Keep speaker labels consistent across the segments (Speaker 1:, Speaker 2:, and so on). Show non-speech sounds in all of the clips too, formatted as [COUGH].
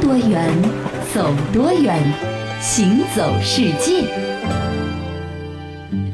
Speaker 1: 多远，走多远，行走世界。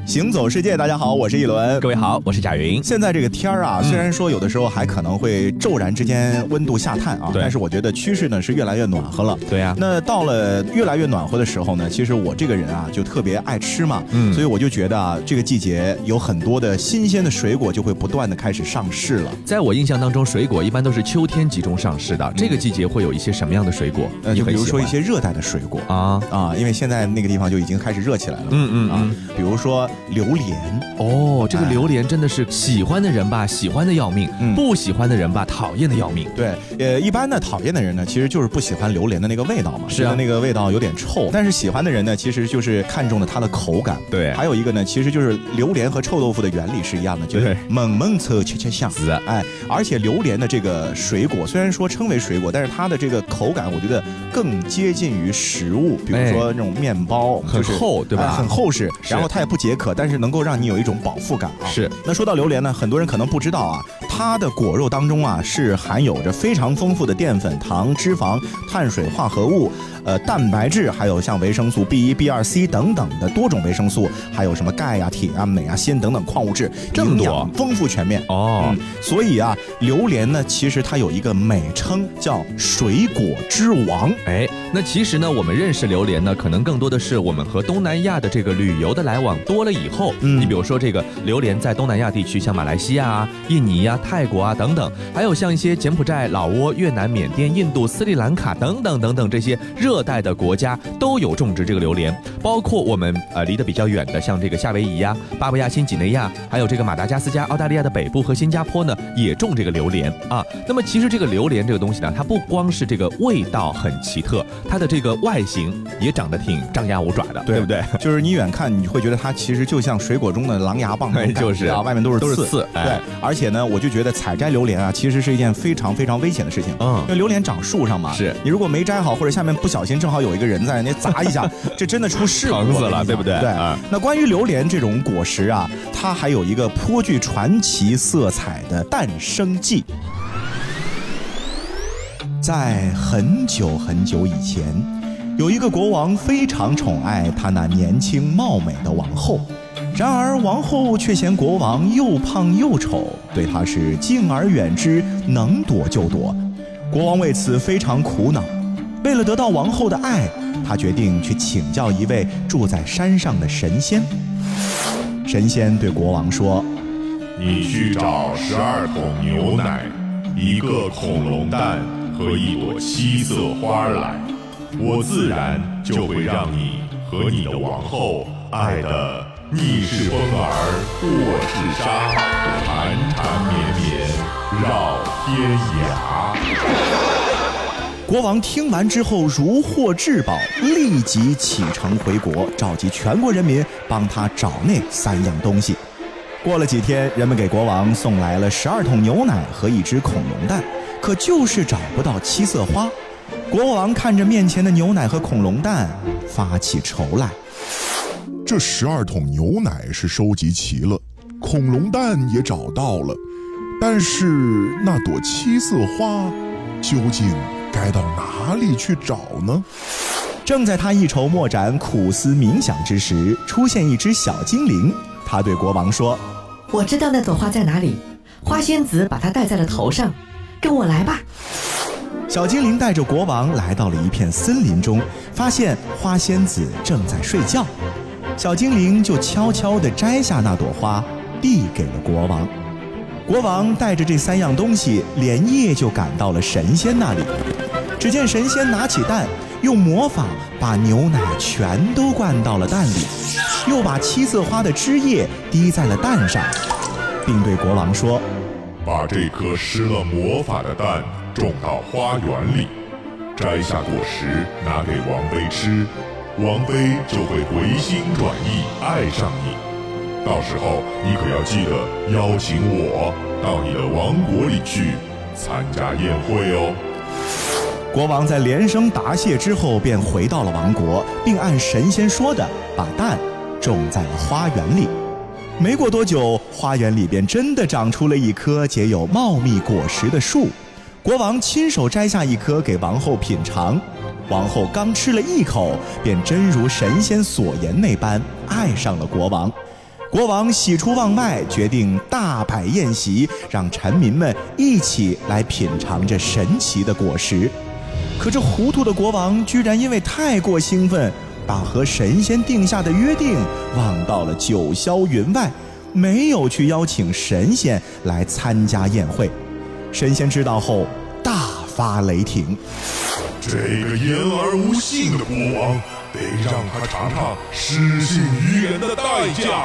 Speaker 2: 行走世界，大家好，我是一轮
Speaker 3: 各。位好，嗯我是贾云。
Speaker 2: 现在这个天儿啊，虽然说有的时候还可能会骤然之间温度下探啊，
Speaker 3: 对
Speaker 2: 但是我觉得趋势呢是越来越暖和了。
Speaker 3: 对呀、
Speaker 2: 那到了越来越暖和的时候呢，其实我这个人啊就特别爱吃嘛，
Speaker 3: 嗯
Speaker 2: 所以我就觉得啊，这个季节有很多的新鲜的水果就会不断的开始上市了。
Speaker 3: 在我印象当中，水果一般都是秋天集中上市的。这个季节会有一些什么样的水果？
Speaker 2: 嗯呃，
Speaker 3: 你
Speaker 2: 就比
Speaker 3: 很
Speaker 2: 如
Speaker 3: 喜
Speaker 2: 说一
Speaker 3: 欢
Speaker 2: 些热带的水果
Speaker 3: 啊，
Speaker 2: 啊，因为现在那个地方就已经开始热起来了嘛。
Speaker 3: 嗯嗯
Speaker 2: 啊，比如说榴莲，
Speaker 3: 哦，这个
Speaker 2: 哎
Speaker 3: 榴莲真的是喜欢的人吧，喜欢的要命；
Speaker 2: 嗯
Speaker 3: 不喜欢的人吧，讨厌的要命。
Speaker 2: 对，呃，一般呢，讨厌的人呢，其实就是不喜欢榴莲的那个味道嘛，
Speaker 3: 是
Speaker 2: 觉
Speaker 3: 啊
Speaker 2: 得那个味道有点臭。但是喜欢的人呢，其实就是看中了它的口感。
Speaker 3: 对
Speaker 2: 还有一个呢，其实就是榴莲和臭豆腐的原理是一样的，就是
Speaker 3: 对啊
Speaker 2: 猛猛侧切切像。
Speaker 3: 子
Speaker 2: 哎，而且榴莲的这个水果虽然说称为水果，但是它的这个口感，我觉得更接近于食物，比如
Speaker 3: 哎
Speaker 2: 说那种面包，就
Speaker 3: 很
Speaker 2: 是
Speaker 3: 厚对吧
Speaker 2: 哎很厚实，
Speaker 3: 是
Speaker 2: 然后它也不解渴，但是能够让你有一种饱腹感啊。
Speaker 3: 是
Speaker 2: 那说到榴莲呢，很多人可能不知道啊，它的果肉当中啊是含有着非常丰富的淀粉、糖、脂肪、碳水化合物、呃蛋白质，还有像维生素 B 一、B 二、C 等等的多种维生素，还有什么钙呀、铁啊、镁啊、锌等等矿物质，
Speaker 3: 这么
Speaker 2: 营
Speaker 3: 多
Speaker 2: 养丰富全面。
Speaker 3: 哦
Speaker 2: 嗯，所以啊，榴莲呢，其实它有一个美称叫“水果之王
Speaker 3: 哎，那其实呢，我们认识榴莲呢，可能更多的是我们和东南亚的这个旅游的来往多了以后，
Speaker 2: 嗯
Speaker 3: 你比如说这个榴莲在东南亚地区，像马来西亚啊、印尼啊、泰国啊等等，还有像一些柬埔寨、老挝、越南、缅甸、印度、斯里兰卡等等等等这些热带的国家都有种植这个榴莲，包括我们呃离得比较远的，像这个夏威夷呀、巴布亚新几内亚，还有这个马达加斯加、澳大利亚的北部和新加坡呢，也种这个榴莲啊。那么其实这个榴莲这个东西呢，它不光是这个味道很奇特，它的这个外形也长得挺张牙舞爪的，
Speaker 2: 对
Speaker 3: 不对？”，
Speaker 2: [LAUGHS] 就是你远看你会觉得它其实就像水果中的狼牙棒那种感觉啊，
Speaker 3: [LAUGHS] 就是
Speaker 2: 外面都是
Speaker 3: 都是
Speaker 2: 刺
Speaker 3: 刺，哎
Speaker 2: 对，，而且呢，我就觉得采摘榴莲啊，其实是一件非常非常危险的事情。
Speaker 3: 嗯
Speaker 2: 因为榴莲长树上嘛，
Speaker 3: 是
Speaker 2: 你如果没摘好，或者下面不小心正好有一个人在那砸一
Speaker 3: [LAUGHS]
Speaker 2: 下，这真的出事故
Speaker 3: 疼死
Speaker 2: 我跟你
Speaker 3: 了
Speaker 2: 讲
Speaker 3: 对不对
Speaker 2: 对
Speaker 3: 啊。
Speaker 2: 那关于榴莲这种果实啊，它还有一个颇具传奇色彩的诞生记。在很久很久以前，有一个国王非常宠爱他那年轻貌美的王后，然而王后却嫌国王又胖又丑，对他是敬而远之，能躲就躲。国王为此非常苦恼。为了得到王后的爱，他决定去请教一位住在山上的神仙。神仙对国王说
Speaker 4: 你去找十二桶牛奶、一个恐龙蛋和一朵七色花来，我自然就会让你和你的王后爱的逆是风儿，卧是沙，缠缠绵绵绕天涯。：“
Speaker 2: 国王听完之后如获至宝，立即启程回国，召集全国人民帮他找那三样东西。”过了几天，人们给国王送来了十二桶牛奶和一只恐龙蛋，可就是找不到七色花。国王看着面前的牛奶和恐龙蛋，发起愁来。
Speaker 5: 这十二桶牛奶是收集齐了，恐龙蛋也找到了，但是那朵七色花究竟该到哪里去找呢？
Speaker 2: 正在他一筹莫展、苦思冥想之时，出现一只小精灵。他对国王说
Speaker 6: 我知道那朵花在哪里，花仙子把它戴在了头上，跟我来吧。：“
Speaker 2: 小精灵带着国王来到了一片森林中，发现花仙子正在睡觉。小精灵就悄悄地摘下那朵花，递给了国王。国王带着这三样东西，连夜就赶到了神仙那里。只见神仙拿起蛋，用魔法把牛奶全都灌到了蛋里，又把七色花的汁液滴在了蛋上，并对国王说
Speaker 4: 把这颗施了魔法的蛋种到花园里，摘下果实拿给王妃吃，王妃就会回心转意爱上你。到时候你可要记得邀请我到你的王国里去参加宴会哦。：“
Speaker 2: 国王在连声答谢之后，便回到了王国，并按神仙说的，把蛋种在了花园里。”没过多久，花园里边真的长出了一棵结有茂密果实的树。国王亲手摘下一颗给王后品尝，王后刚吃了一口，便真如神仙所言那般爱上了国王。国王喜出望外，决定大摆宴席，让臣民们一起来品尝这神奇的果实。可这糊涂的国王居然因为太过兴奋，把和神仙定下的约定忘到了九霄云外，没有去邀请神仙来参加宴会。神仙知道后大发雷霆，
Speaker 5: 这个言而无信的国王，得让他尝尝失信于人的代价。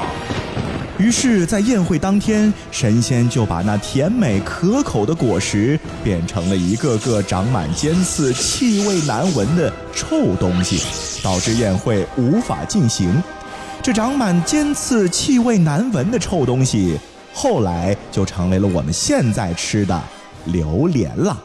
Speaker 2: 于是，在宴会当天，神仙就把那甜美可口的果实变成了一个个长满尖刺、气味难闻的臭东西，导致宴会无法进行。这长满尖刺、气味难闻的臭东西，后来就成为了我们现在吃的榴莲了。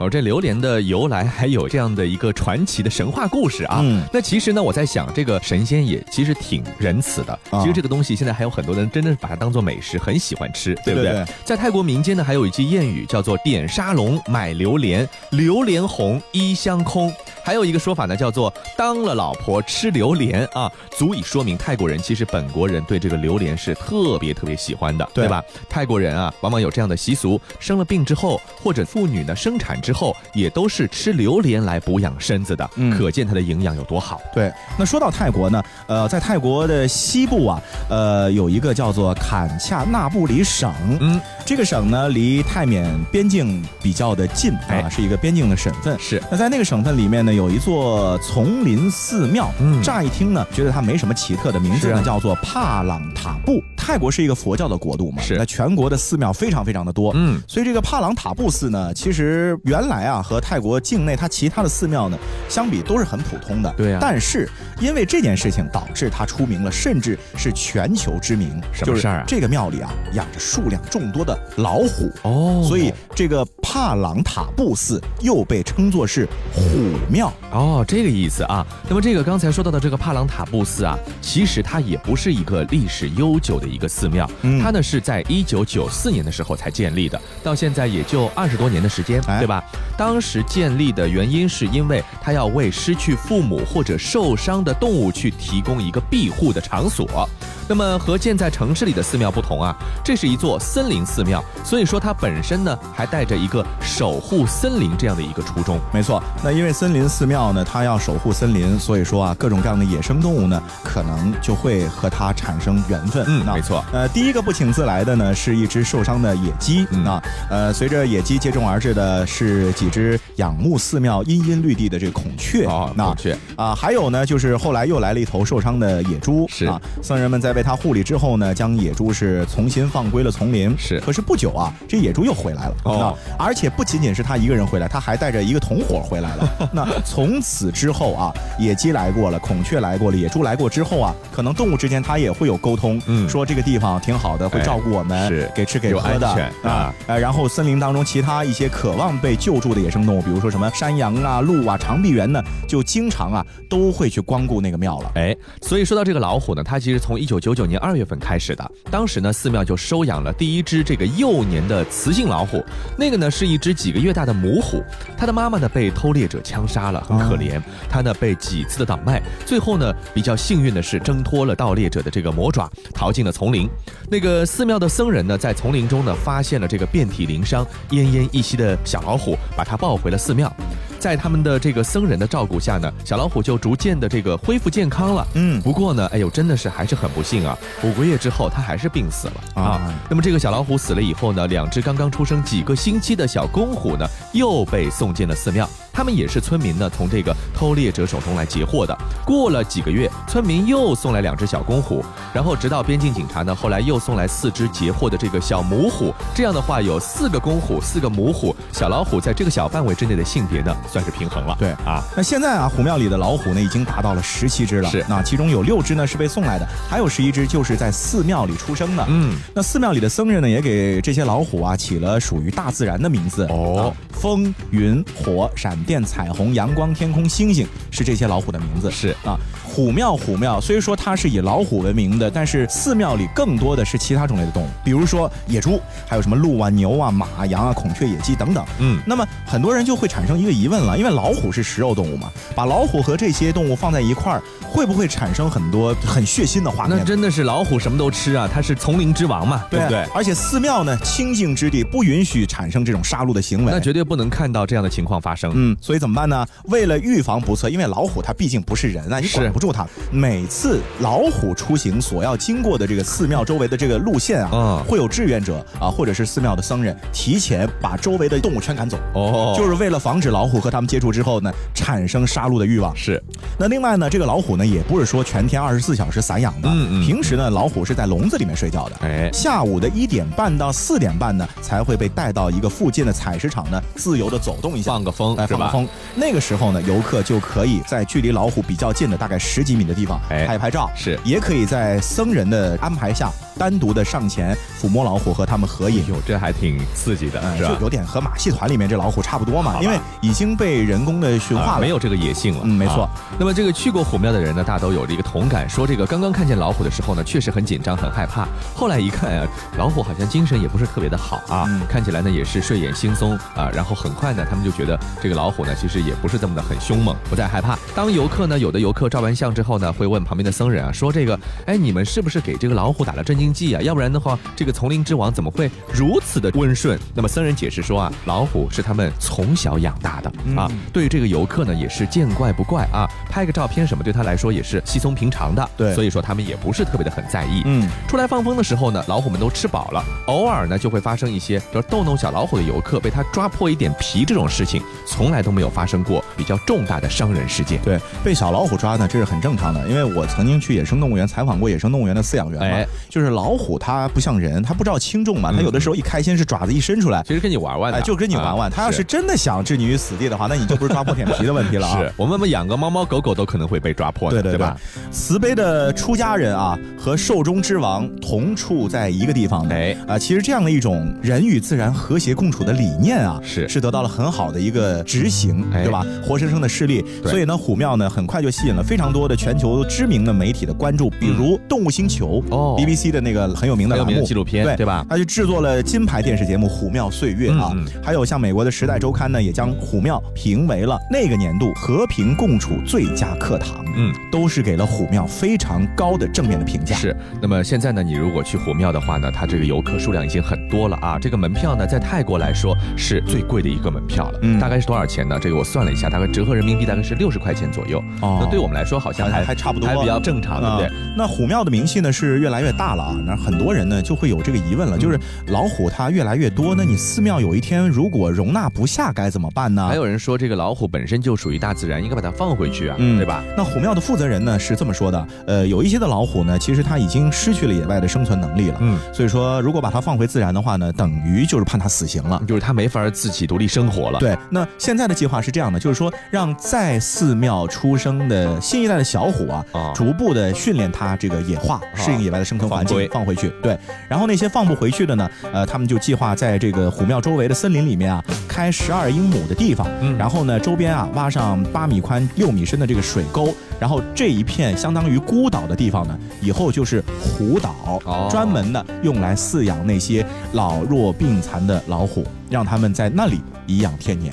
Speaker 3: 哦，这榴莲的由来还有这样的一个传奇的神话故事啊。
Speaker 2: 嗯
Speaker 3: 那其实呢，我在想，这个神仙也其实挺仁慈的。
Speaker 2: 啊
Speaker 3: 其实这个东西现在还有很多人真的是把它当做美食，很喜欢吃，对不
Speaker 2: 对
Speaker 3: 对？
Speaker 2: 对
Speaker 3: 在泰国民间呢，还有一句谚语叫做“点沙龙买榴莲，榴莲红衣香空”。还有一个说法呢，叫做“当了老婆吃榴莲”啊，足以说明泰国人其实本国人对这个榴莲是特别特别喜欢的，
Speaker 2: 对
Speaker 3: 对吧？泰国人啊，往往有这样的习俗：生了病之后，或者妇女呢生产之后，也都是吃榴莲来补养身子的。
Speaker 2: 嗯
Speaker 3: 可见它的营养有多好。
Speaker 2: 对，那说到泰国呢，呃，在泰国的西部啊，呃，有一个叫做坎恰纳布里省，
Speaker 3: 嗯，
Speaker 2: 这个省呢离泰缅边境比较的近啊，
Speaker 3: 哎
Speaker 2: 是一个边境的省份。
Speaker 3: 是
Speaker 2: 那在那个省份里面呢，有一座丛林寺庙，
Speaker 3: 嗯
Speaker 2: 乍一听呢，觉得它没什么奇特的，名字
Speaker 3: 是
Speaker 2: 呢、
Speaker 3: 啊
Speaker 2: 叫做帕朗塔布。泰国是一个佛教的国度嘛，
Speaker 3: 是
Speaker 2: 那全国的寺庙非常非常的多，
Speaker 3: 嗯
Speaker 2: 所以这个帕朗塔布寺呢，其实原来啊和泰国境内它其他的寺庙呢相比都是很普通的，
Speaker 3: 对啊
Speaker 2: 但是因为这件事情导致它出名了，甚至是全球知名。
Speaker 3: 什么事儿啊
Speaker 2: 就是这个庙里啊养着数量众多的老虎。
Speaker 3: 哦
Speaker 2: 所以这个帕朗塔布寺又被称作是虎庙，
Speaker 3: 哦，这个意思啊。那么这个刚才说到的这个帕朗塔布寺啊，其实它也不是一个历史悠久的一个寺庙，
Speaker 2: 嗯
Speaker 3: 它呢是在一九九四年的时候才建立的，到现在也就二十多年的时间，
Speaker 2: 哎
Speaker 3: 对吧？当时建立的原因是因为它要为失去父母或者受伤的动物去提供一个庇护的场所。那么和现在城市里的寺庙不同啊，这是一座森林寺庙，所以说它本身呢还带着一个守护森林这样的一个初衷。
Speaker 2: 没错。那因为森林寺庙呢，它要守护森林，所以说啊，各种各样的野生动物呢，可能就会和它产生缘分。
Speaker 3: 嗯
Speaker 2: 那
Speaker 3: 没错
Speaker 2: 呃，第一个不请自来的呢，是一只受伤的野鸡。
Speaker 3: 嗯
Speaker 2: 啊，呃，随着野鸡接踵而至的是几只仰慕寺庙殷殷绿地的这个孔雀。
Speaker 3: 哦，
Speaker 2: 那
Speaker 3: 孔雀。
Speaker 2: 啊，还有呢，就是后来又来了一头受伤的野猪，
Speaker 3: 是
Speaker 2: 啊，僧人们在为它护理之后呢，将野猪是重新放归了丛林，
Speaker 3: 是
Speaker 2: 可是不久啊，这野猪又回来了，
Speaker 3: 哦
Speaker 2: 那而且不仅仅是他一个人回来，他还带着一个同伙回来
Speaker 3: [LAUGHS]
Speaker 2: 了。那从此之后啊，野鸡来过了，孔雀来过了，野猪来过之后啊，可能动物之间它也会有沟通，
Speaker 3: 嗯
Speaker 2: 说这个地方挺好的，会
Speaker 3: 哎
Speaker 2: 照顾我们，
Speaker 3: 是
Speaker 2: 给吃给
Speaker 3: 有
Speaker 2: 喝的
Speaker 3: 安全啊
Speaker 2: 呃，然后森林当中其他一些渴望被救助的野生动物，比如说什么山羊啊、鹿啊、长臂猿呢，就经常啊都会去光顾那个庙了。
Speaker 3: 哎，所以说到这个老虎呢，它其实从一九九九年二月份开始的，当时呢寺庙就收养了第一只这个幼年的雌性老虎，那个呢是一只几个月大的母虎，它的妈妈呢被偷猎者枪杀了，很可怜，它呢被几次的倒卖，最后呢比较幸运的是挣脱了盗猎者的这个魔爪，逃进了丛林。那个寺庙的僧人呢在丛林中呢发现了这个遍体鳞伤、奄奄一息的小老虎，把它抱回了寺庙。在他们的这个僧人的照顾下呢，小老虎就逐渐的这个恢复健康了。
Speaker 2: 嗯
Speaker 3: 不过呢，哎呦，真的是还是很不幸啊！五个月之后，它还是病死了啊
Speaker 2: 啊
Speaker 3: 那么这个小老虎死了以后呢，两只刚刚出生几个星期的小公虎呢，又被送进了寺庙。他们也是村民呢从这个偷猎者手中来截获的。过了几个月，村民又送来两只小公虎，然后直到边境警察呢，后来又送来四只截获的这个小母虎。这样的话，有四个公虎，四个母虎，小老虎在这个小范围之内的性别呢，算是平衡了。
Speaker 2: 对
Speaker 3: 啊，
Speaker 2: 那现在啊，虎庙里的老虎呢已经达到了十七只了，
Speaker 3: 是
Speaker 2: 那其中有六只呢是被送来的，还有十一只就是在寺庙里出生的。
Speaker 3: 嗯，
Speaker 2: 那寺庙里的僧人呢，也给这些老虎啊起了属于大自然的名字啊
Speaker 3: 哦
Speaker 2: 风、云、火、闪、电、彩虹、阳光、天空、星星，是这些老虎的名字。
Speaker 3: 是
Speaker 2: 啊，虎庙虎庙虽说它是以老虎闻名的，但是寺庙里更多的是其他种类的动物，比如说野猪，还有什么鹿啊、牛啊、马啊、羊啊、孔雀、野鸡等等。
Speaker 3: 嗯，
Speaker 2: 那么很多人就会产生一个疑问了，因为老虎是食肉动物嘛，把老虎和这些动物放在一块儿，会不会产生很多很血腥的画面
Speaker 3: 那
Speaker 2: 呢？
Speaker 3: 真的是老虎什么都吃啊，它是丛林之王嘛，对不对？
Speaker 2: 而且寺庙呢，清净之地不允许产生这种杀戮的行为
Speaker 3: 那。绝对不能看到这样的情况发生。
Speaker 2: 嗯，所以怎么办呢？为了预防不测，因为老虎它毕竟不是人啊，你
Speaker 3: 是
Speaker 2: 管不住它。每次老虎出行所要经过的这个寺庙周围的这个路线啊，
Speaker 3: 嗯
Speaker 2: 会有志愿者啊，或者是寺庙的僧人提前把周围的动物全赶走。
Speaker 3: 哦，
Speaker 2: 就是为了防止老虎和它们接触之后呢，产生杀戮的欲望。
Speaker 3: 是
Speaker 2: 那另外呢，这个老虎呢，也不是说全天二十四小时散养的，
Speaker 3: 嗯嗯
Speaker 2: 平时呢，老虎是在笼子里面睡觉的。
Speaker 3: 哎
Speaker 2: 下午的一点半到四点半呢，才会被带到一个附近的采石场呢，自由的走动一下，
Speaker 3: 放个风
Speaker 2: 哎，
Speaker 3: 是
Speaker 2: 放个
Speaker 3: 吧？
Speaker 2: 风。那个时候呢，游客就可以在距离老虎比较近的大概十几米的地方
Speaker 3: 哎
Speaker 2: 拍拍照，
Speaker 3: 是
Speaker 2: 也可以在僧人的安排下，单独的上前抚摸老虎和他们合影。
Speaker 3: 哟，哎这还挺刺激的，
Speaker 2: 嗯，
Speaker 3: 是吧
Speaker 2: 就？有点和马戏团里面这老虎差不多嘛
Speaker 3: 吧，
Speaker 2: 因为已经被人工的驯化
Speaker 3: 啊
Speaker 2: 了，
Speaker 3: 没有这个野性了。
Speaker 2: 嗯没错
Speaker 3: 啊那么这个去过虎庙的人呢，大都有着一个同感，说这个刚刚看见老虎的时候呢，确实很紧张、很害怕。后来一看啊，老虎好像精神也不是特别的好啊，
Speaker 2: 嗯
Speaker 3: 看起来呢也是睡眼惺忪啊。然后很快呢，他们就觉得这个老虎呢其实也不是这么的很凶猛，不再害怕。当游客呢，有的游客照完相之后呢，会问旁边的僧人啊，说这个，哎，你们是不是给这个老虎打了镇静剂啊？要不然的话，这个丛林之王怎么会如此的温顺？那么僧人解释说啊，老虎是他们从小养大的啊，对于这个游客呢也是见怪不怪啊，拍个照片什么对他来说也是稀松平常的，
Speaker 2: 对
Speaker 3: 所以说他们也不是特别的很在意。
Speaker 2: 嗯，
Speaker 3: 出来放风的时候呢，老虎们都吃饱了，偶尔呢就会发生一些，比如逗弄小老虎的游客被它抓破一点皮这种事情，从来都没有发生过比较重大的伤人事件。
Speaker 2: 对，被小老虎抓呢，这是很正常的，因为我曾经去野生动物园采访过野生动物园的饲养员嘛，
Speaker 3: 哎
Speaker 2: 就是老虎它不像人，它不知道轻重嘛，它
Speaker 3: 嗯啊
Speaker 2: 有的时候一开心是爪子一伸出来，
Speaker 3: 其实跟你玩玩的，
Speaker 2: 哎，就跟你玩玩，它要是真的想置你于死地的话，那你就不是抓破脸皮的问题了啊。
Speaker 3: [LAUGHS] 是我们养个猫猫狗狗都可能会被抓破的，
Speaker 2: 对对
Speaker 3: 吧？？
Speaker 2: 慈悲的出家人啊，和寿终之王同处在一个地方的，
Speaker 3: 哎
Speaker 2: 啊，其实这样的一种人与自然和谐共处的理念啊，
Speaker 3: 是
Speaker 2: 是得到了很好的一个执行，
Speaker 3: 哎
Speaker 2: 对吧？活生生的事例，
Speaker 3: 对
Speaker 2: 所以呢，虎庙呢很快就吸引了非常多的全球知名的媒体的关注，比如《动物星球》
Speaker 3: 嗯哦
Speaker 2: BBC 的那个很有名的
Speaker 3: 很有
Speaker 2: 栏
Speaker 3: 名的
Speaker 2: 目
Speaker 3: 纪录片
Speaker 2: 对
Speaker 3: 对吧
Speaker 2: 他就制作了金牌电视节目《虎庙岁月》啊，
Speaker 3: 嗯
Speaker 2: 还有像美国的《时代周刊》呢，也将虎庙评为了那个年度和平共处最佳课堂，
Speaker 3: 嗯，
Speaker 2: 都是给了虎庙非常高的正面的评价。
Speaker 3: 是，那么现在呢，你如果去虎庙的话呢，它这个游客数量已经很多了啊。这个门票呢，在泰国来说是最贵的一个门票了，
Speaker 2: 嗯
Speaker 3: 大概是多少钱呢？这个我算了一下，大概折合人民币大概是六十块钱左右。
Speaker 2: 哦
Speaker 3: 那对我们来说好像
Speaker 2: 还
Speaker 3: 还
Speaker 2: 还差不多
Speaker 3: 还比较正常，对不对？
Speaker 2: 啊那虎庙的名气呢是越来越大了啊，那很多人呢就会有这个疑问了，就是老虎它越来越多，那你寺庙有一天如果容纳不下该怎么办呢？
Speaker 3: 还有人说，这个老虎本身就属于大自然，应该把它放回去啊，
Speaker 2: 嗯
Speaker 3: 对吧？
Speaker 2: 那虎庙的负责人呢是这么说的，呃，有一些的老虎呢，其实它已经失去了野外的生存能力了，
Speaker 3: 嗯，
Speaker 2: 所以说如果把它放回自然的话呢，等于就是判它死刑了。
Speaker 3: 嗯就是它没法自己独立生活了。
Speaker 2: 对，那现在的计划是这样的，就是说让在寺庙出生的新一代的小虎啊，
Speaker 3: 啊，
Speaker 2: 逐步的训练它这个野化，适应野外的生存环境，放回去。对，然后那些放不回去的呢，呃，他们就计划在这个虎庙周围的森林里面啊，开十二英亩的地方，
Speaker 3: 嗯
Speaker 2: 然后呢，周边啊挖上八米宽、六米深的这个水沟，然后这一片相当于孤岛的地方呢，以后就是虎岛，
Speaker 3: 哦
Speaker 2: 专门的用来饲养那些老弱病残的老虎，让他们在那里颐养天年。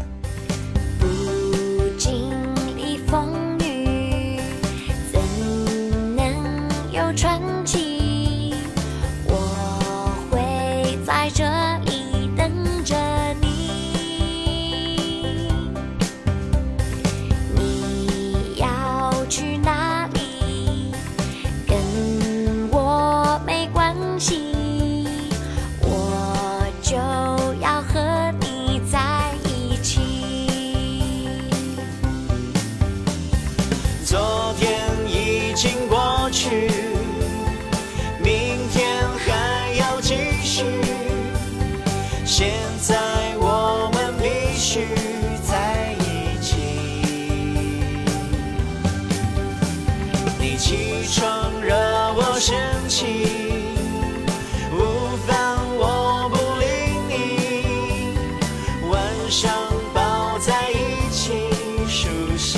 Speaker 7: 不经历风雨，怎能有传奇？我会在这里等着你。你要去哪里？跟我没关系，我就要和你在一起。
Speaker 8: 昨天已经过去，明天还要继续。现在我们必须在一起。你起床惹我生气，午饭我不理你，晚上抱在一起。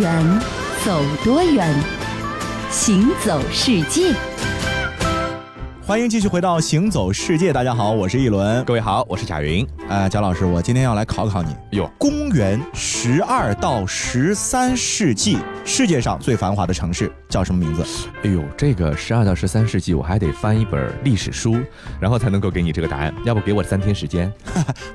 Speaker 1: 远，走多远，行走世界。
Speaker 2: 欢迎继续回到《行走世界》，大家好，我是一轮。
Speaker 3: 各位好，我是贾云。
Speaker 2: 呃，贾老师，我今天要来考考你。
Speaker 3: 哟，
Speaker 2: 公元十二到十三世纪，世界上最繁华的城市叫什么名字？
Speaker 3: 哎呦，这个十二到十三世纪，我还得翻一本历史书，然后才能够给你这个答案。要不给我三天时间？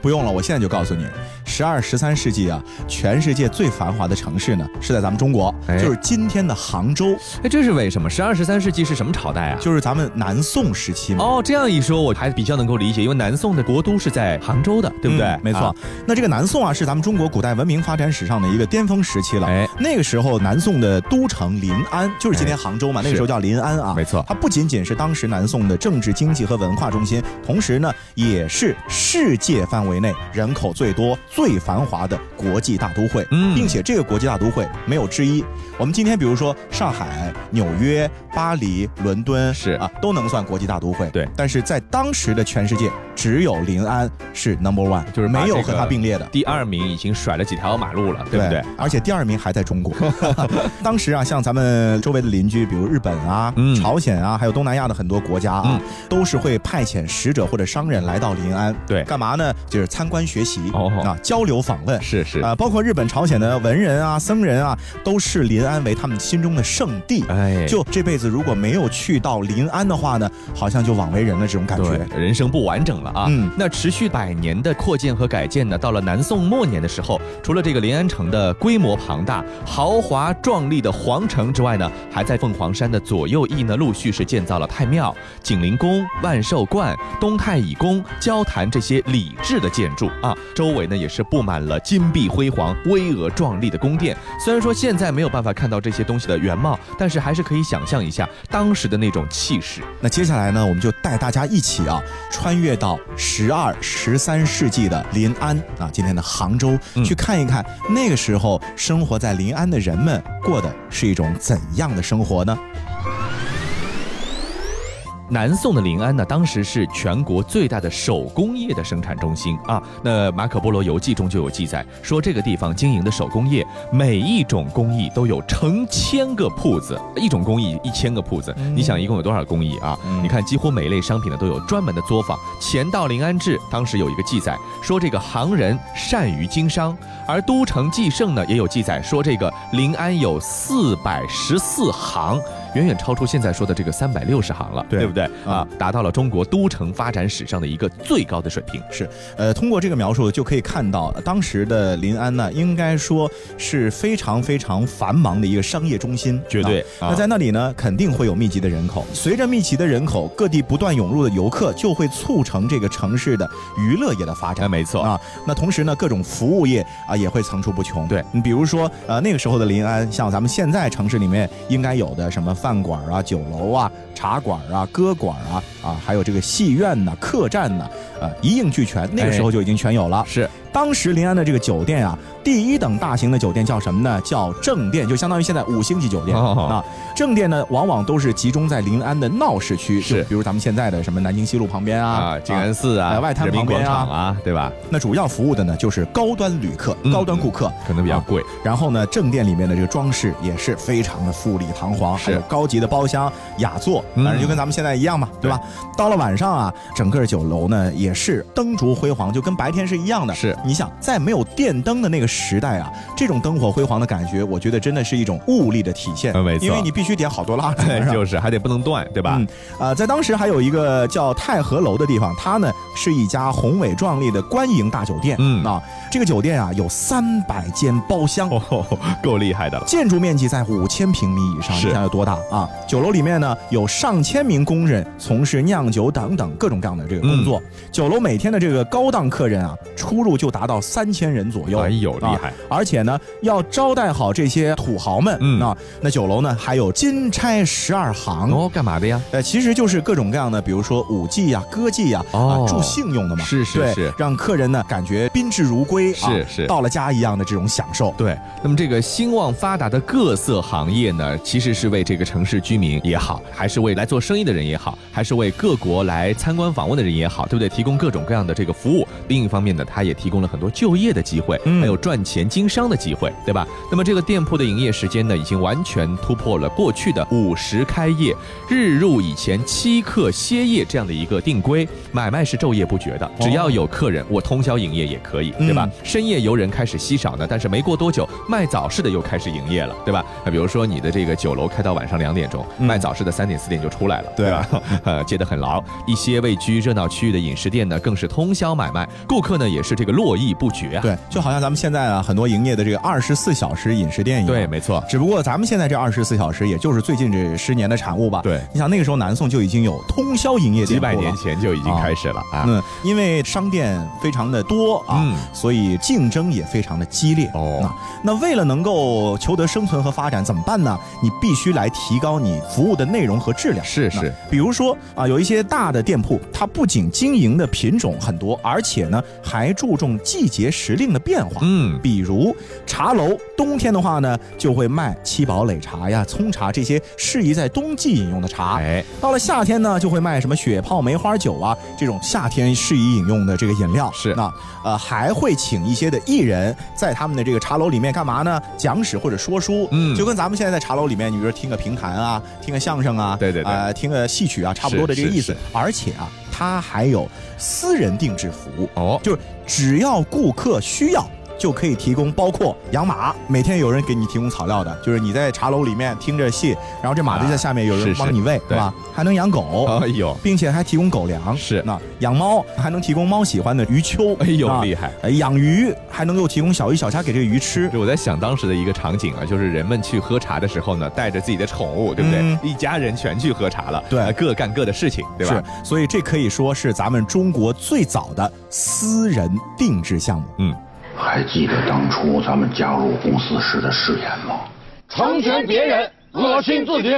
Speaker 2: 不用了，我现在就告诉你，十二、十三世纪啊，全世界最繁华的城市呢是在咱们中国，
Speaker 3: 哎
Speaker 2: 就是今天的杭州，
Speaker 3: 哎，这是为什么？十二、十三世纪是什么朝代啊？
Speaker 2: 就是咱们南宋时期嘛。
Speaker 3: 哦，这样一说我还比较能够理解，因为南宋的国都是在杭州的，对不对？
Speaker 2: 嗯没错、
Speaker 3: 啊
Speaker 2: 那这个南宋啊，是咱们中国古代文明发展史上的一个巅峰时期了。
Speaker 3: 哎
Speaker 2: 那个时候，南宋的都城临安，就是今天杭州嘛，那个时候叫临安啊。
Speaker 3: 没错
Speaker 2: 它不仅仅是当时南宋的政治、经济和文化中心，同时呢，也是世界范围内人口最多、最繁华的国际大都会。
Speaker 3: 嗯
Speaker 2: 并且这个国际大都会没有之一。我们今天比如说上海、纽约、巴黎、伦敦
Speaker 3: 是
Speaker 2: 啊，都能算国际大都会。
Speaker 3: 对
Speaker 2: 但是在当时的全世界，只有临安是 number one，
Speaker 3: 就是把
Speaker 2: 没有
Speaker 3: 这
Speaker 2: 和
Speaker 3: 个
Speaker 2: 它并列的。
Speaker 3: 第二名已经甩了几条马路了，对不对？？
Speaker 2: 而且第二名还在
Speaker 3: [LAUGHS]
Speaker 2: 中国。 [LAUGHS] 当时啊，像咱们周围的邻居，比如日本啊、
Speaker 3: 嗯
Speaker 2: 朝鲜啊，还有东南亚的很多国家啊，
Speaker 3: 嗯
Speaker 2: 都是会派遣使者或者商人来到临安。
Speaker 3: 对
Speaker 2: 干嘛呢？就是参观学习、
Speaker 3: 哦
Speaker 2: 啊，交流访问。
Speaker 3: 是是，
Speaker 2: 啊、包括日本、朝鲜的文人啊、僧人啊，都视临安为他们心中的圣地。
Speaker 3: 哎，
Speaker 2: 就这辈子如果没有去到临安的话呢，好像就枉为人了这种感
Speaker 3: 对
Speaker 2: 觉。，
Speaker 3: 人生不完整了啊。
Speaker 2: 嗯
Speaker 3: 那持续百年的扩建和改建呢，到了南宋末年的时候，除了这个临安城的规模庞大、豪华壮丽的皇城之外呢，还在凤凰山的左右翼呢，陆续是建造了太庙、景灵宫、万寿观、东太乙宫、交坛这些礼制的建筑啊。周围呢也是布满了金碧辉煌、巍峨壮丽的宫殿。虽然说现在没有办法看到这些东西的原貌，但是还是可以想象一下当时的那种气势。
Speaker 2: 那接下来呢，我们就带大家一起啊，穿越到十二、十三世纪的临安啊，今天的杭州，
Speaker 3: 嗯
Speaker 2: 去看一看那个时候生活在临安的人们过的是一种怎样的生活呢？
Speaker 3: 南宋的临安呢，当时是全国最大的手工业的生产中心啊。那马可·波罗游记中就有记载，说这个地方经营的手工业，每一种工艺都有成千个铺子，一种工艺一千个铺子。你想一共有多少工艺啊？
Speaker 2: 嗯
Speaker 3: 你看，几乎每一类商品呢都有专门的作坊。《钱道临安志》当时有一个记载，说这个行人善于经商，而《都城纪胜》呢也有记载，说这个临安有四百十四行，远远超出现在说的这个三百六十行了，
Speaker 2: 对
Speaker 3: 不对啊？达到了中国都城发展史上的一个最高的水平。啊
Speaker 2: 是，呃，通过这个描述就可以看到，呃当时的临安呢，应该说是非常非常繁忙的一个商业中心，
Speaker 3: 绝对
Speaker 2: 啊
Speaker 3: 啊
Speaker 2: 那在那里呢，肯定会有密集的人口。随着密集的人口，各地不断涌入的游客，就会促成这个城市的娱乐业的发展。
Speaker 3: 哎没错
Speaker 2: 啊。那同时呢，各种服务业啊也会层出不穷。
Speaker 3: 对
Speaker 2: 你比如说，呃，那个时候的临安，像咱们现在城市里面应该有的什么饭馆啊、酒楼啊、茶馆啊、歌馆啊啊，还有这个戏院呐、客栈呐、啊，一应俱全。那个
Speaker 3: 哎
Speaker 2: 时候就已经全有了。
Speaker 3: 是，
Speaker 2: 当时临安的这个酒店啊，第一等大型的酒店叫什么呢？叫正店，就相当于现在五星级酒店、
Speaker 3: 哦
Speaker 2: 啊。正店呢，往往都是集中在临安的闹市区，就
Speaker 3: 是
Speaker 2: 比如咱们现在的什么南京西路旁边啊
Speaker 3: 啊，静安寺啊，
Speaker 2: 哎外滩
Speaker 3: 人民
Speaker 2: 旁
Speaker 3: 广
Speaker 2: 边啊
Speaker 3: 场啊，对吧？
Speaker 2: 那主要服务的呢，就是高端旅客、
Speaker 3: 嗯
Speaker 2: 高端顾客，
Speaker 3: 可能比较
Speaker 2: 啊
Speaker 3: 贵。
Speaker 2: 然后呢，正殿里面的这个装饰也是非常的富丽堂皇，
Speaker 3: 是
Speaker 2: 还有高级的包厢、雅座，
Speaker 3: 嗯
Speaker 2: 反正就跟咱们现在一样嘛，对吧？到了晚上啊，整个酒楼呢也是灯烛辉煌，就跟白天是一样的。
Speaker 3: 是
Speaker 2: 你想，在没有电灯的那个时代啊，这种灯火辉煌的感觉，我觉得真的是一种物力的体现
Speaker 3: 嗯没，错哎
Speaker 2: 因为你必须点好多蜡
Speaker 3: [LAUGHS]
Speaker 2: 烛， [LAUGHS] 是吧啊
Speaker 3: 就是还得不能断，对吧
Speaker 2: 嗯？，呃，在当时还有一个叫太和楼的地方，它呢是一家宏伟壮丽的官营大酒店。
Speaker 3: 嗯
Speaker 2: 啊，这个酒店啊有三百间包厢。
Speaker 3: [LAUGHS] 哦，够厉害的了。
Speaker 2: 建筑面积在五千平米以上，
Speaker 3: 是
Speaker 2: 你想有多大啊？酒楼里面呢有上千名工人从事酿酒等等各种各样的这个工
Speaker 3: 嗯
Speaker 2: 作。酒楼每天的这个高档客人啊，出入就达到三千人左右。
Speaker 3: 哎呦，厉
Speaker 2: 啊
Speaker 3: 害！
Speaker 2: 而且呢，要招待好这些土豪们，
Speaker 3: 嗯
Speaker 2: 啊，那酒楼呢还有金钗十二行
Speaker 3: 哦，干嘛的呀？
Speaker 2: 呃，其实就是各种各样的，比如说舞技呀、歌技呀、
Speaker 3: 哦
Speaker 2: 啊助兴用的嘛，
Speaker 3: 是是
Speaker 2: 对
Speaker 3: 是
Speaker 2: 让客人呢感觉宾至如归，啊
Speaker 3: 是是
Speaker 2: 到了家一样的这种享受。
Speaker 3: 对，那么这个兴旺发达的各色行业呢，其实是为这个城市居民也好，还是为来做生意的人也好，还是为各国来参观访问的人也好，对不对？提供各种各样的这个服务。另一方面呢，它也提供供了很多就业的机会，
Speaker 2: 嗯
Speaker 3: 还有赚钱经商的机会，对吧？那么这个店铺的营业时间呢，已经完全突破了过去的午时开业、日入以前七刻歇业这样的一个定规，买卖是昼夜不绝的，只要有客人，我通宵营业也可以，对吧？深夜游人开始稀少呢，但是没过多久，卖早市的又开始营业了，对吧？那比如说你的这个酒楼开到晚上两点钟，卖早市的三点四点就出来了，
Speaker 2: 嗯对
Speaker 3: 吧？呃， [LAUGHS] 接得很牢。一些位居热闹区域的饮食店呢，更是通宵买卖，顾客呢也是这个络绎不绝啊。
Speaker 2: 对，就好像咱们现在啊，很多营业的这个二十四小时饮食店一样。
Speaker 3: 对，没错。
Speaker 2: 只不过咱们现在这二十四小时，也就是最近这十年的产物吧。
Speaker 3: 对
Speaker 2: 你想那个时候南宋就已经有通宵营业
Speaker 3: 几
Speaker 2: 店铺
Speaker 3: 百
Speaker 2: 了
Speaker 3: 年前就已经开始了啊！
Speaker 2: 嗯，因为商店非常的多啊，
Speaker 3: 嗯
Speaker 2: 所以竞争也非常的激烈。
Speaker 3: 哦
Speaker 2: 那，那为了能够求得生存和发展，怎么办呢？你必须来提高你服务的内容和质量。
Speaker 3: 是
Speaker 2: 那
Speaker 3: 是，
Speaker 2: 比如说啊，有一些大的店铺，它不仅经营的品种很多，而且呢还注重季节时令的变化。
Speaker 3: 嗯，
Speaker 2: 比如茶楼，冬天的话呢，就会卖七宝擂茶呀、葱茶这些适宜在冬季饮用的茶。
Speaker 3: 哎，
Speaker 2: 到了夏天呢，就会卖什么雪泡梅花酒啊这种夏天适宜饮用的这个饮料。
Speaker 3: 是
Speaker 2: 那呃还会请一些的艺人，在他们的这个茶楼里面干嘛呢？讲史或者说书。
Speaker 3: 嗯
Speaker 2: 就跟咱们现在在茶楼里面，你比如说听个评弹啊，听个相声啊，
Speaker 3: 对对对
Speaker 2: 呃，听个戏曲啊，差不多的这个
Speaker 3: 是
Speaker 2: 意思
Speaker 3: 是。
Speaker 2: 而且啊，它还有私人定制服务。
Speaker 3: 哦，
Speaker 2: 就是只要顾客需要。就可以提供包括养马，每天有人给你提供草料的，就是你在茶楼里面听着戏，然后这马就在下面有
Speaker 3: 啊是
Speaker 2: 人
Speaker 3: 是
Speaker 2: 帮你喂，
Speaker 3: 对
Speaker 2: 吧？还能养狗，
Speaker 3: 哎呦，
Speaker 2: 并且还提供狗粮。
Speaker 3: 是
Speaker 2: 那养猫还能提供猫喜欢的鱼鳅，
Speaker 3: 哎呦，
Speaker 2: 啊
Speaker 3: 厉害！
Speaker 2: 呃养鱼还能够提供小鱼小虾给这个鱼吃。
Speaker 3: [LAUGHS] 就我在想当时的一个场景啊，就是人们去喝茶的时候呢，带着自己的宠物，对不对？
Speaker 2: 嗯
Speaker 3: 一家人全去喝茶了，
Speaker 2: 对
Speaker 3: 呃各干各的事情，对吧？
Speaker 2: 是，所以这可以说是咱们中国最早的私人定制项目。
Speaker 9: 还记得当初咱们加入公司时的誓言吗？成全别人，恶心自己。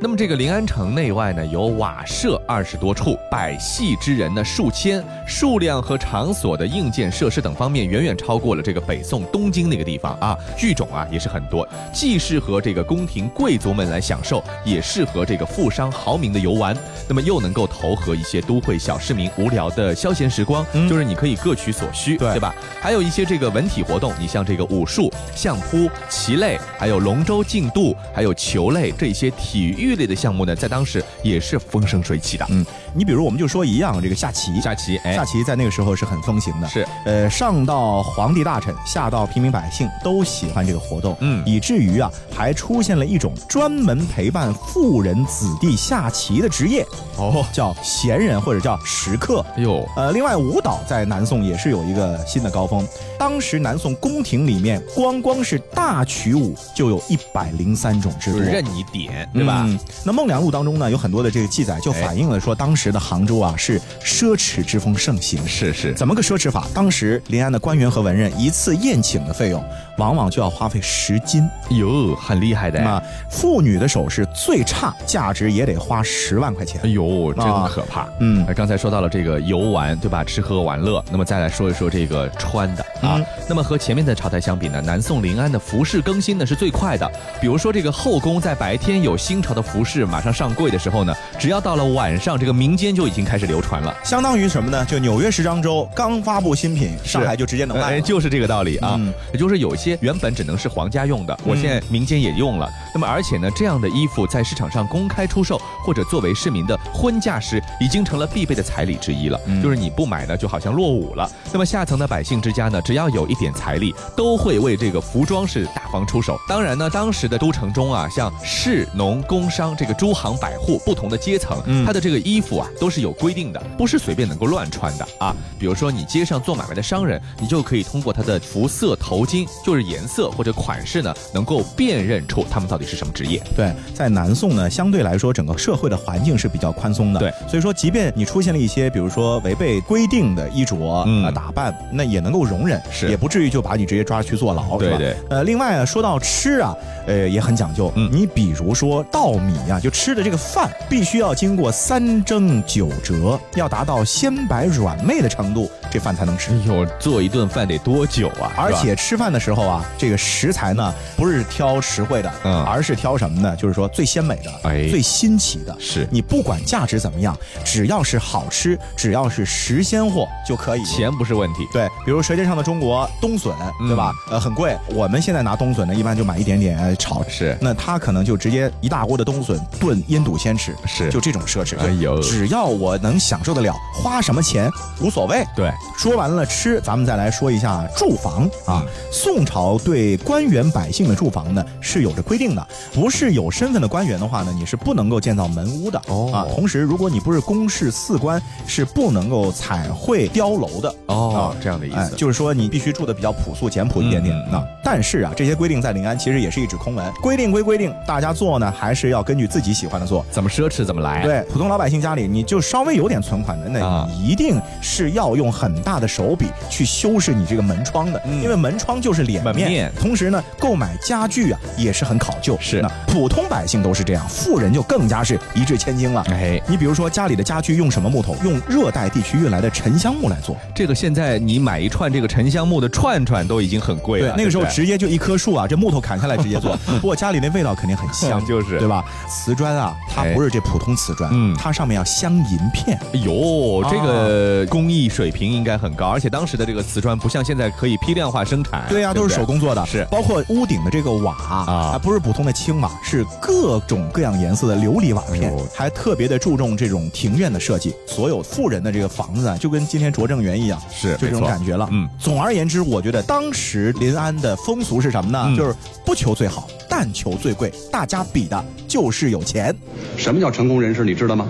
Speaker 3: 那么这个临安城内外呢，有瓦舍二十多处，百戏之人呢数千，数量和场所的硬件设施等方面，远远超过了这个北宋东京那个地方啊。剧种啊也是很多，既适合这个宫廷贵族们来享受，也适合这个富商豪民的游玩。那么又能够投合一些都会小市民无聊的消闲时光，
Speaker 2: 嗯
Speaker 3: 就是你可以各取所需，
Speaker 2: 对
Speaker 3: 对吧？还有一些这个文体活动，你像这个武术、相扑、棋类，还有龙舟竞渡，还有球类这些体育类的项目呢，在当时也是风生水起的。
Speaker 2: 嗯，你比如我们就说一样，这个下棋，
Speaker 3: 下棋，哎
Speaker 2: 下，棋在那个时候是很风行的，
Speaker 3: 是
Speaker 2: 呃，上到皇帝大臣，下到平民百姓都喜欢这个活动，
Speaker 3: 嗯
Speaker 2: 以至于啊，还出现了一种专门陪伴富人子弟下棋的职业，
Speaker 3: 哦，
Speaker 2: 叫闲人或者叫食客。
Speaker 3: 哎呦，
Speaker 2: 呃，另外舞蹈在南宋也是有一个新的高峰，当时南宋宫廷里面光光是大曲舞就有一百零三种之
Speaker 3: 就
Speaker 2: 多，
Speaker 3: 是任你点，对吧？
Speaker 2: 哎嗯那《孟良录》当中呢，有很多的这个记载，就反映了说当时的杭州啊是奢侈之风盛行。
Speaker 3: 是是，
Speaker 2: 怎么个奢侈法？当时临安的官员和文人一次宴请的费用，往往就要花费十金。
Speaker 3: 哟，很厉害的哎，
Speaker 2: 那妇女的首饰最差价值也得花十万块钱
Speaker 3: 哎。呦，真
Speaker 2: 啊
Speaker 3: 可怕。
Speaker 2: 嗯
Speaker 3: 哎，刚才说到了这个游玩，对吧？吃喝玩乐，那么再来说一说这个穿的啊。
Speaker 2: 嗯
Speaker 3: 那么和前面的朝代相比呢，南宋临安的服饰更新呢是最快的。比如说这个后宫在白天有新潮的服饰马上上柜的时候呢，只要到了晚上，这个民间就已经开始流传了。
Speaker 2: 相当于什么呢？就纽约时装周刚发布新品，上海就直接能卖
Speaker 3: 哎，
Speaker 2: 了。
Speaker 3: 就是这个道理啊。
Speaker 2: 嗯
Speaker 3: 也就是有些原本只能是皇家用的，我现在民间也用了。那么而且呢，这样的衣服在市场上公开出售，或者作为市民的婚嫁时，已经成了必备的彩礼之一了。
Speaker 2: 嗯
Speaker 3: 就是你不买呢，就好像落伍了。那么下层的百姓之家呢，只要有一点财力，都会为这个服装是大方出手。当然呢，当时的都城中啊，像士农工商这个诸行百户不同的阶层，
Speaker 2: 嗯
Speaker 3: 它的这个衣服啊都是有规定的，不是随便能够乱穿的啊。比如说你街上做买卖的商人，你就可以通过他的服色、头巾，就是颜色或者款式呢，能够辨认出他们到底是什么职业。
Speaker 2: 对，在南宋呢，相对来说整个社会的环境是比较宽松的，
Speaker 3: 对，
Speaker 2: 所以说即便你出现了一些，比如说违背规定的衣着、
Speaker 3: 嗯
Speaker 2: 呃打扮，那也能够容忍，
Speaker 3: 是
Speaker 2: 也不至于就把你直接抓去坐牢，是吧
Speaker 3: 对对
Speaker 2: 呃，另外啊，说到吃啊，呃，也很讲究，
Speaker 3: 嗯
Speaker 2: 你比如说稻米啊，就吃的这个饭，必须要经过三蒸九折，要达到鲜白软媚的程度，这饭才能吃
Speaker 3: 哎。呦，做一顿饭得多久啊？
Speaker 2: 而
Speaker 3: 是吧
Speaker 2: 且吃饭的时候啊，这个食材呢不是挑实惠的，
Speaker 3: 嗯
Speaker 2: 而是挑什么呢？就是说最鲜美的，
Speaker 3: 哎
Speaker 2: 最新奇的。
Speaker 3: 是
Speaker 2: 你不管价值怎么样，只要是好吃，只要是时鲜货就可以。
Speaker 3: 钱嗯不是问题。
Speaker 2: 对，比如《舌尖上的中国》冬笋，对吧？呃，很贵。我们现在拿冬笋呢，一般就买一点点呃炒。
Speaker 3: 是
Speaker 2: 那他可能就直接一大锅的冬笋炖腌笃鲜吃，
Speaker 3: 是
Speaker 2: 就这种奢侈。
Speaker 3: 哎呦
Speaker 2: 就只要我能享受得了，花什么钱无所谓。
Speaker 3: 对，
Speaker 2: 说完了吃，咱们再来说一下住房
Speaker 3: 嗯
Speaker 2: 啊。宋朝对官员百姓的住房呢是有着规定的，不是有身份的官员的话呢，你是不能够建造门屋的、
Speaker 3: 哦
Speaker 2: 啊。同时，如果你不是公事四官，是不能够彩绘碉楼的
Speaker 3: 哦
Speaker 2: 啊，
Speaker 3: 这样的意
Speaker 2: 哎
Speaker 3: 思，，
Speaker 2: 就是说你必须住的比较朴素简朴一点点
Speaker 3: 嗯嗯嗯
Speaker 2: 啊。但是啊，这些规定在临安其实也是一纸空文，规定归规定，大家做呢还是要根据自己喜欢的做。
Speaker 3: 怎么奢侈怎么来。，
Speaker 2: 对，普通老百姓家里，你就稍微有点存款的，那
Speaker 3: 啊
Speaker 2: 你一定是要用很大的手笔去修饰你这个门窗的，因为门窗就是脸
Speaker 3: 嗯门面
Speaker 2: 同时呢，购买家具啊也是很考究。
Speaker 3: 是
Speaker 2: 那普通百姓都是这样，富人就更加是一掷千金了。
Speaker 3: 哎，
Speaker 2: 你比如说家里的家具用什么木头？用热带地区运来的沉香木来做。
Speaker 3: 这个现在你买一串这个沉香木的串串都已经很贵
Speaker 2: 对
Speaker 3: 了，，
Speaker 2: 那个时候
Speaker 3: 对不对，
Speaker 2: 直接就一棵树啊，这木头砍下来直接做。不过家里那味道肯定很香
Speaker 3: 就是
Speaker 2: 对吧？瓷砖啊，它
Speaker 3: 哎
Speaker 2: 不是这普通瓷砖，
Speaker 3: 嗯
Speaker 2: 它上面要镶银片。
Speaker 3: 哎呦，
Speaker 2: 啊
Speaker 3: 这个工艺水平应该很高，而且当时的这个瓷砖不像现在可以批量化生产。
Speaker 2: 对呀、都
Speaker 3: 不
Speaker 2: 是手。工做的，
Speaker 3: 是
Speaker 2: 包括屋顶的这个瓦
Speaker 3: 啊
Speaker 2: 它不是普通的青瓦，是各种各样颜色的琉璃瓦片
Speaker 3: 哎呦，
Speaker 2: 还特别的注重这种庭院的设计。所有富人的这个房子啊，就跟今天拙政园一样，
Speaker 3: 是
Speaker 2: 就这
Speaker 3: 没
Speaker 2: 种
Speaker 3: 错
Speaker 2: 感觉了。
Speaker 3: 嗯，
Speaker 2: 总而言之，我觉得当时临安的风俗是什么呢？
Speaker 3: 嗯
Speaker 2: 就是不求最好，但求最贵，大家比的就是有钱。
Speaker 10: 什么叫成功人士？你知道吗？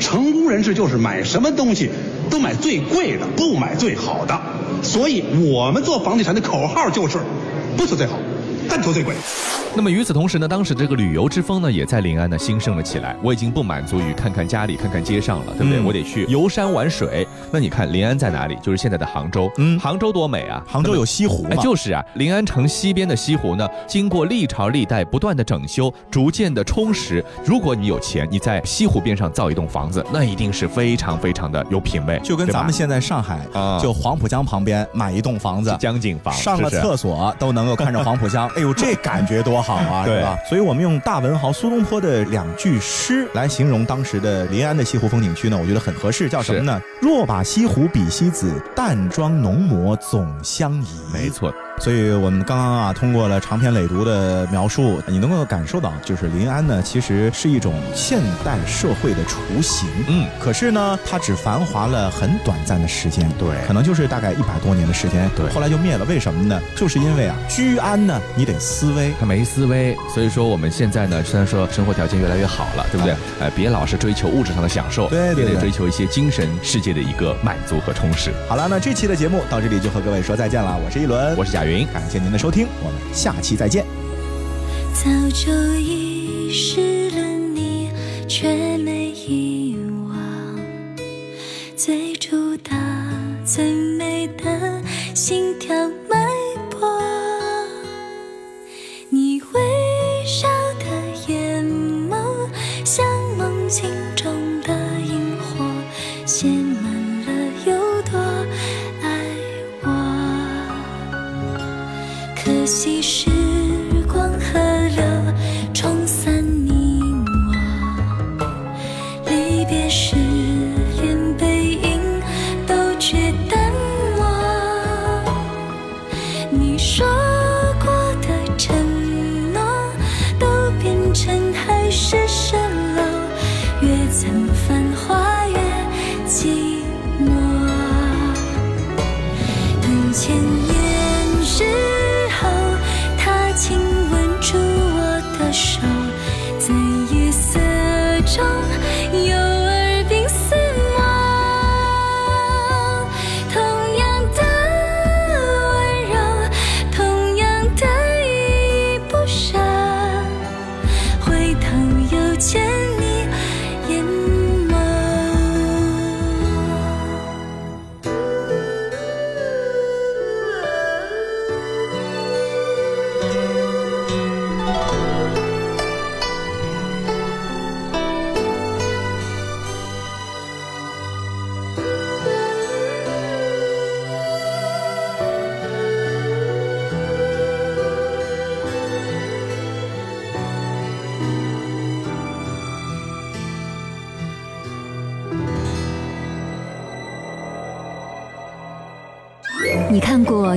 Speaker 10: 成功人士就是买什么东西都买最贵的，不买最好的。所以我们做房地产的口号就是：不求最好，但求最贵。
Speaker 3: 那么与此同时呢，当时这个旅游之风呢，也在临安呢兴盛了起来。我已经不满足于看看家里、看看街上了，对不对？
Speaker 2: 嗯
Speaker 3: 我得去游山玩水。那你看临安在哪里？就是现在的杭州。
Speaker 2: 嗯
Speaker 3: 杭州多美啊！
Speaker 2: 杭州有西湖嘛？
Speaker 3: 哎，就是啊，临安城西边的西湖呢，经过历朝历代不断的整修，逐渐的充实。如果你有钱，你在西湖边上造一栋房子，那一定是非常非常的有品位，
Speaker 2: 就跟
Speaker 3: 对吧
Speaker 2: 咱们现在上海
Speaker 3: 啊，
Speaker 2: 就黄浦江旁边买一栋房子，
Speaker 3: 江景房
Speaker 2: 上个
Speaker 3: 是不是
Speaker 2: 厕所都能够看着黄浦
Speaker 3: [LAUGHS]
Speaker 2: 江，哎呦，这感觉多好啊，
Speaker 3: 对
Speaker 2: 是吧？所以我们用大文豪苏东坡的两句诗来形容当时的临安的西湖风景区呢，我觉得很合适，叫什么呢？若把西湖比西子，淡妆浓抹总相宜。
Speaker 3: 没。错，
Speaker 2: 所以我们刚刚啊，通过了长篇累牍的描述，你能够感受到，就是临安呢，其实是一种现代社会的雏形。
Speaker 3: 嗯，
Speaker 2: 可是呢，它只繁华了很短暂的时间，
Speaker 3: 对
Speaker 2: 可能就是大概一百多年的时间，
Speaker 3: 对
Speaker 2: 后来就灭了。为什么呢？就是因为啊，居安呢，你得思危。
Speaker 3: 他没思维，所以说我们现在呢，虽然说生活条件越来越好了，对不对
Speaker 2: 啊？
Speaker 3: 呃，别老是追求物质上的享受，
Speaker 2: 对对
Speaker 3: 也
Speaker 2: 对
Speaker 3: 得追求一些精神世界的一个满足和充实。
Speaker 2: 好了，那这期的节目到这里就和各位说再见了。我是一轮，
Speaker 3: 我是贾云，
Speaker 2: 感谢您的收听，我们下期再见。
Speaker 7: 早就遗失了你，却没遗忘。最初它最美的心跳脉搏，你微笑的眼眸，像梦境中的萤火，写满了有多爱我。可惜时光河流冲散你
Speaker 1: 过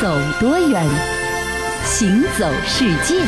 Speaker 1: 走多远，行走世界。